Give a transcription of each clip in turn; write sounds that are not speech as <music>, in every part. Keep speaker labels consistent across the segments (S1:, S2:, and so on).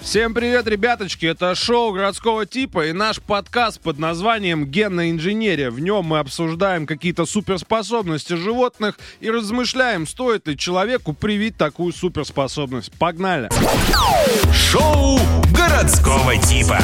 S1: Всем привет, ребяточки! Это шоу городского типа и наш подкаст под названием «Генная инженерия». В нем мы обсуждаем какие-то суперспособности животных и размышляем, стоит ли человеку привить такую суперспособность. Погнали!
S2: Шоу городского типа.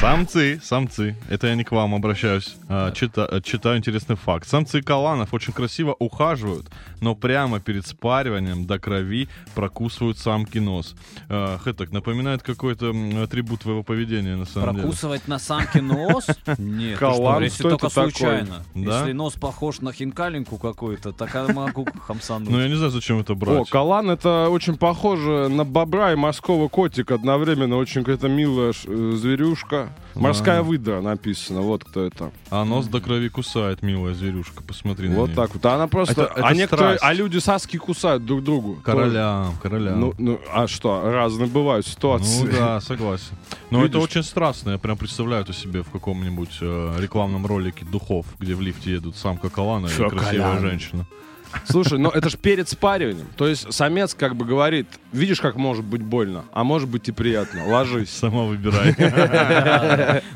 S3: Самцы, самцы, это я не к вам обращаюсь, А, чита- э, читаю интересный факт. Самцы каланов очень красиво ухаживают, но прямо перед спариванием до крови прокусывают самки нос. Э, Хэ, так напоминает какой-то м, атрибут твоего поведения на самом
S4: Прокусывать на
S1: <laughs>
S4: самке нос? Нет, ты
S1: Калан,
S4: что, если
S1: что это
S4: только
S1: такое?
S4: случайно.
S3: Да?
S4: Если нос похож на хинкалинку какую-то, так я могу
S3: деле. Ну я
S4: хамсануть.
S3: не знаю, зачем это
S1: О,
S3: брать.
S1: Калан это очень похоже на бобра и морского котика одновременно. Очень какая-то милая ш- э, зверюшка. Морская
S3: Да.
S1: выдра написано, вот кто это.
S3: А нос до крови кусает, милая зверюшка, посмотри на
S1: Вот
S3: нее.
S1: так вот. А Она просто.
S3: Это- это
S1: а некоторые,
S3: страсть.
S1: а люди саски кусают друг другу.
S3: Королям, королям.
S1: Ну, ну, а что? Разные бывают ситуации.
S3: Ну да, согласен. Но это
S1: Видишь?
S3: очень страстно. Я прям представляю это себе в каком-нибудь э, рекламном ролике духов, где в лифте едут самка Калана и красивая женщина.
S1: Слушай, ну это же перед спариванием. То есть самец как бы говорит, видишь, как может быть больно, а может быть и приятно. Ложись.
S3: Сама выбирай.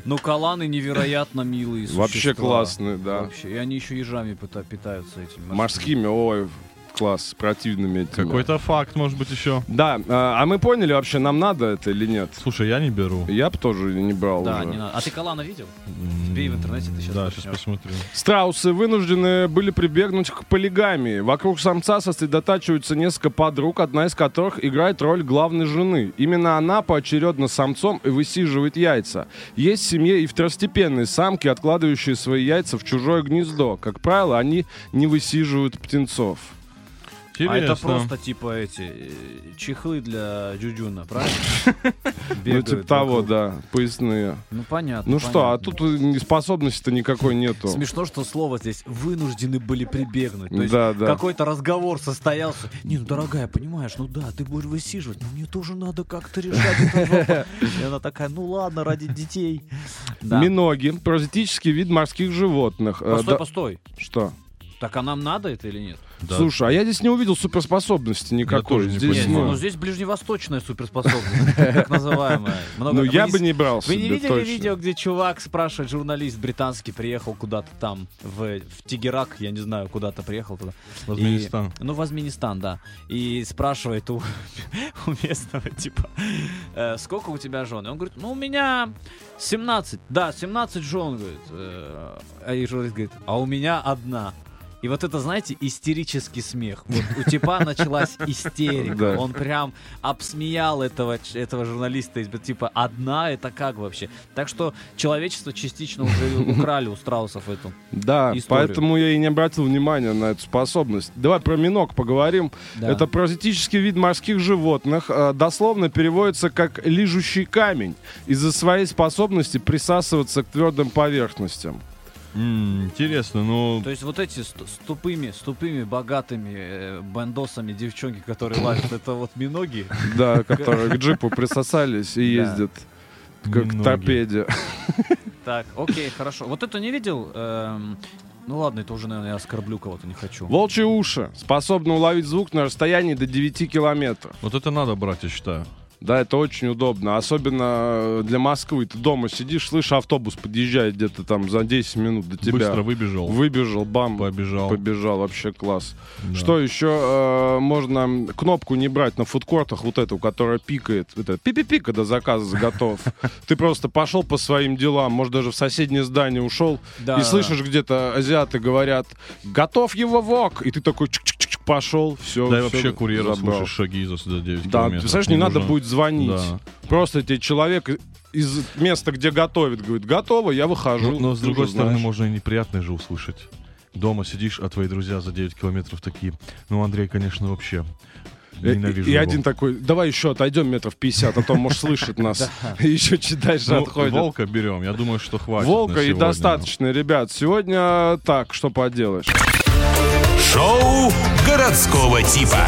S4: Ну, каланы невероятно милые
S1: Вообще
S4: существа.
S1: классные, да.
S4: Вообще. И они еще ежами пыта- питаются этими.
S1: Морскими, ой, класс, противными этими.
S3: Какой-то факт, может быть, еще.
S1: Да, э, а мы поняли вообще, нам надо это или нет?
S3: Слушай, я не беру.
S1: Я бы тоже не брал
S4: Да,
S1: уже.
S4: не надо. А ты калана видел?
S3: М,
S4: Бей в интернете, ты щас
S3: Да,
S4: начнёшь.
S3: сейчас посмотрю.
S1: Страусы вынуждены были прибегнуть к полигамии. Вокруг самца сосредотачиваются несколько подруг, одна из которых играет роль главной жены. Именно она поочередно с самцом и высиживает яйца. Есть в семье и второстепенные самки, откладывающие свои яйца в чужое гнездо. Как правило, они не высиживают птенцов.
S4: А это
S3: Интересно.
S4: просто типа эти э, чехлы для джуджуна, правильно?
S1: <laughs> Ну,
S4: Бегают
S1: типа того,
S4: вокруг.
S1: да, поясные.
S4: Ну понятно.
S1: Ну что, а
S4: понятно.
S1: тут э, способности-то никакой нету.
S4: Смешно, что слово здесь вынуждены были прибегнуть. То есть
S1: Да, да.
S4: какой-то разговор состоялся. Не, ну дорогая, понимаешь, ну да, ты будешь высиживать, но мне тоже надо как-то решать этот вопрос. И она такая, ну ладно, ради детей. Да.
S1: Миноги, паразитический вид морских животных. Э,
S4: Постой,
S1: да-
S4: постой.
S1: Что?
S4: Так а нам надо это или нет?
S3: Да.
S1: Слушай, а я здесь не увидел суперспособности никакой.
S3: тоже не
S1: здесь,
S4: Нет,
S3: понимаю.
S1: ну,
S4: ну здесь ближневосточная суперспособность, <laughs> так называемая. Много-
S1: ну,
S4: Вы
S1: я
S4: не-
S1: бы не брал себе,
S4: Вы не видели
S1: точно.
S4: видео, где чувак спрашивает, журналист британский приехал куда-то там, в, в Тегерак, я не знаю, куда-то приехал туда.
S3: В Афганистан.
S4: И- ну, в Азминистан, да. И спрашивает у, <laughs> у местного, типа, «Э, сколько у тебя жен? И он говорит, ну, у меня 17. Да, 17 жен, говорит. Э, А и журналист говорит, а у меня одна. И вот это, знаете, истерический смех. Вот
S1: <laughs>
S4: у типа началась истерика.
S1: Да.
S4: Он прям обсмеял этого, ч- этого журналиста. из- Типа, одна это как вообще? Так что человечество частично уже украли у страусов эту.
S1: Да,
S4: историю.
S1: поэтому я и не обратил внимания на эту способность. Давай про минок поговорим.
S4: Да.
S1: Это паразитический вид морских животных. э, Дословно переводится как «лижущий камень» из-за своей способности присасываться к твердым поверхностям.
S3: М, Интересно, ну...
S4: То есть вот эти с, с тупыми, с тупыми, богатыми э, бандосами девчонки, которые ловят, это вот миноги? <laughs>
S1: Да, которые к джипу присосались и
S4: Да.
S1: ездят. Как к
S3: Миноги.
S1: торпеде.
S4: Так, окей, хорошо. Вот это не видел? Эм, ну ладно, это уже, наверное, я оскорблю кого-то, не хочу.
S1: Волчьи уши способны уловить звук на расстоянии до 9 километров.
S3: Вот это надо брать, я считаю.
S1: Да, это очень удобно. Особенно э, для Москвы. Ты дома сидишь, слышишь, автобус подъезжает где-то там за 10 минут до тебя.
S3: Быстро выбежал,
S1: Выбежал, бам,
S3: побежал.
S1: побежал. Вообще класс.
S3: Да.
S1: Что еще э, можно кнопку не брать на фудкортах, вот эту, которая пикает. Это пи-пи-пи, когда заказ
S3: <laughs>
S1: готов. Ты просто пошел по своим делам, может, даже в соседнее здание ушел,
S4: Да.
S1: и слышишь, где-то азиаты говорят: готов его вок! И ты такой чик-чик-чик пошел, все.
S3: Да и вообще курьера
S1: забрал.
S3: слушаешь шаги за за 9
S1: Да,
S3: километров.
S1: ты представляешь, не надо
S3: нужно-
S1: будет звонить.
S3: Да.
S1: Просто тебе человек из места, где готовит, говорит, готово, я выхожу.
S3: Ну, но с
S1: Ты
S3: другой
S1: уже
S3: стороны,
S1: знаешь.
S3: можно и неприятное же услышать. Дома сидишь, а твои друзья за 9 километров такие. Ну, Андрей, конечно, вообще
S1: И- Э,
S3: ненавижу
S1: И,
S3: его». Ну,
S1: один такой, давай еще отойдем метров 50, а то, может, слышит
S3: <laughs>
S1: нас. <laughs> И еще чуть дальше
S3: Ну,
S1: отходит.
S3: волка берем, я думаю, что хватит на
S1: Волка и
S3: сегодня. ну.
S1: достаточно, ребят. Сегодня так, что поделаешь.
S2: Шоу городского типа.